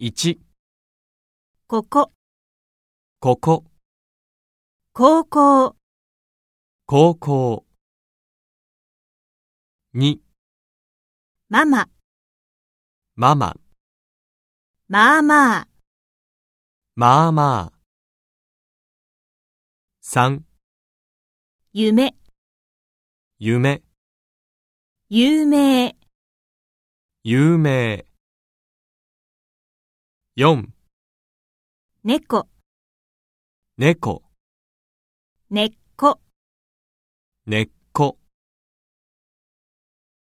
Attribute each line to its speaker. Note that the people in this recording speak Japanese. Speaker 1: 1、
Speaker 2: ここ、
Speaker 1: ここ、
Speaker 2: 高校、
Speaker 1: 高校。2、
Speaker 2: ママ、
Speaker 1: ママ、
Speaker 2: まあまあ、
Speaker 1: まあまあ。3、
Speaker 2: 夢、
Speaker 1: 夢、
Speaker 2: 有名、
Speaker 1: 有名。4、
Speaker 2: 猫、
Speaker 1: 猫、
Speaker 2: 根っこ。
Speaker 1: 根っ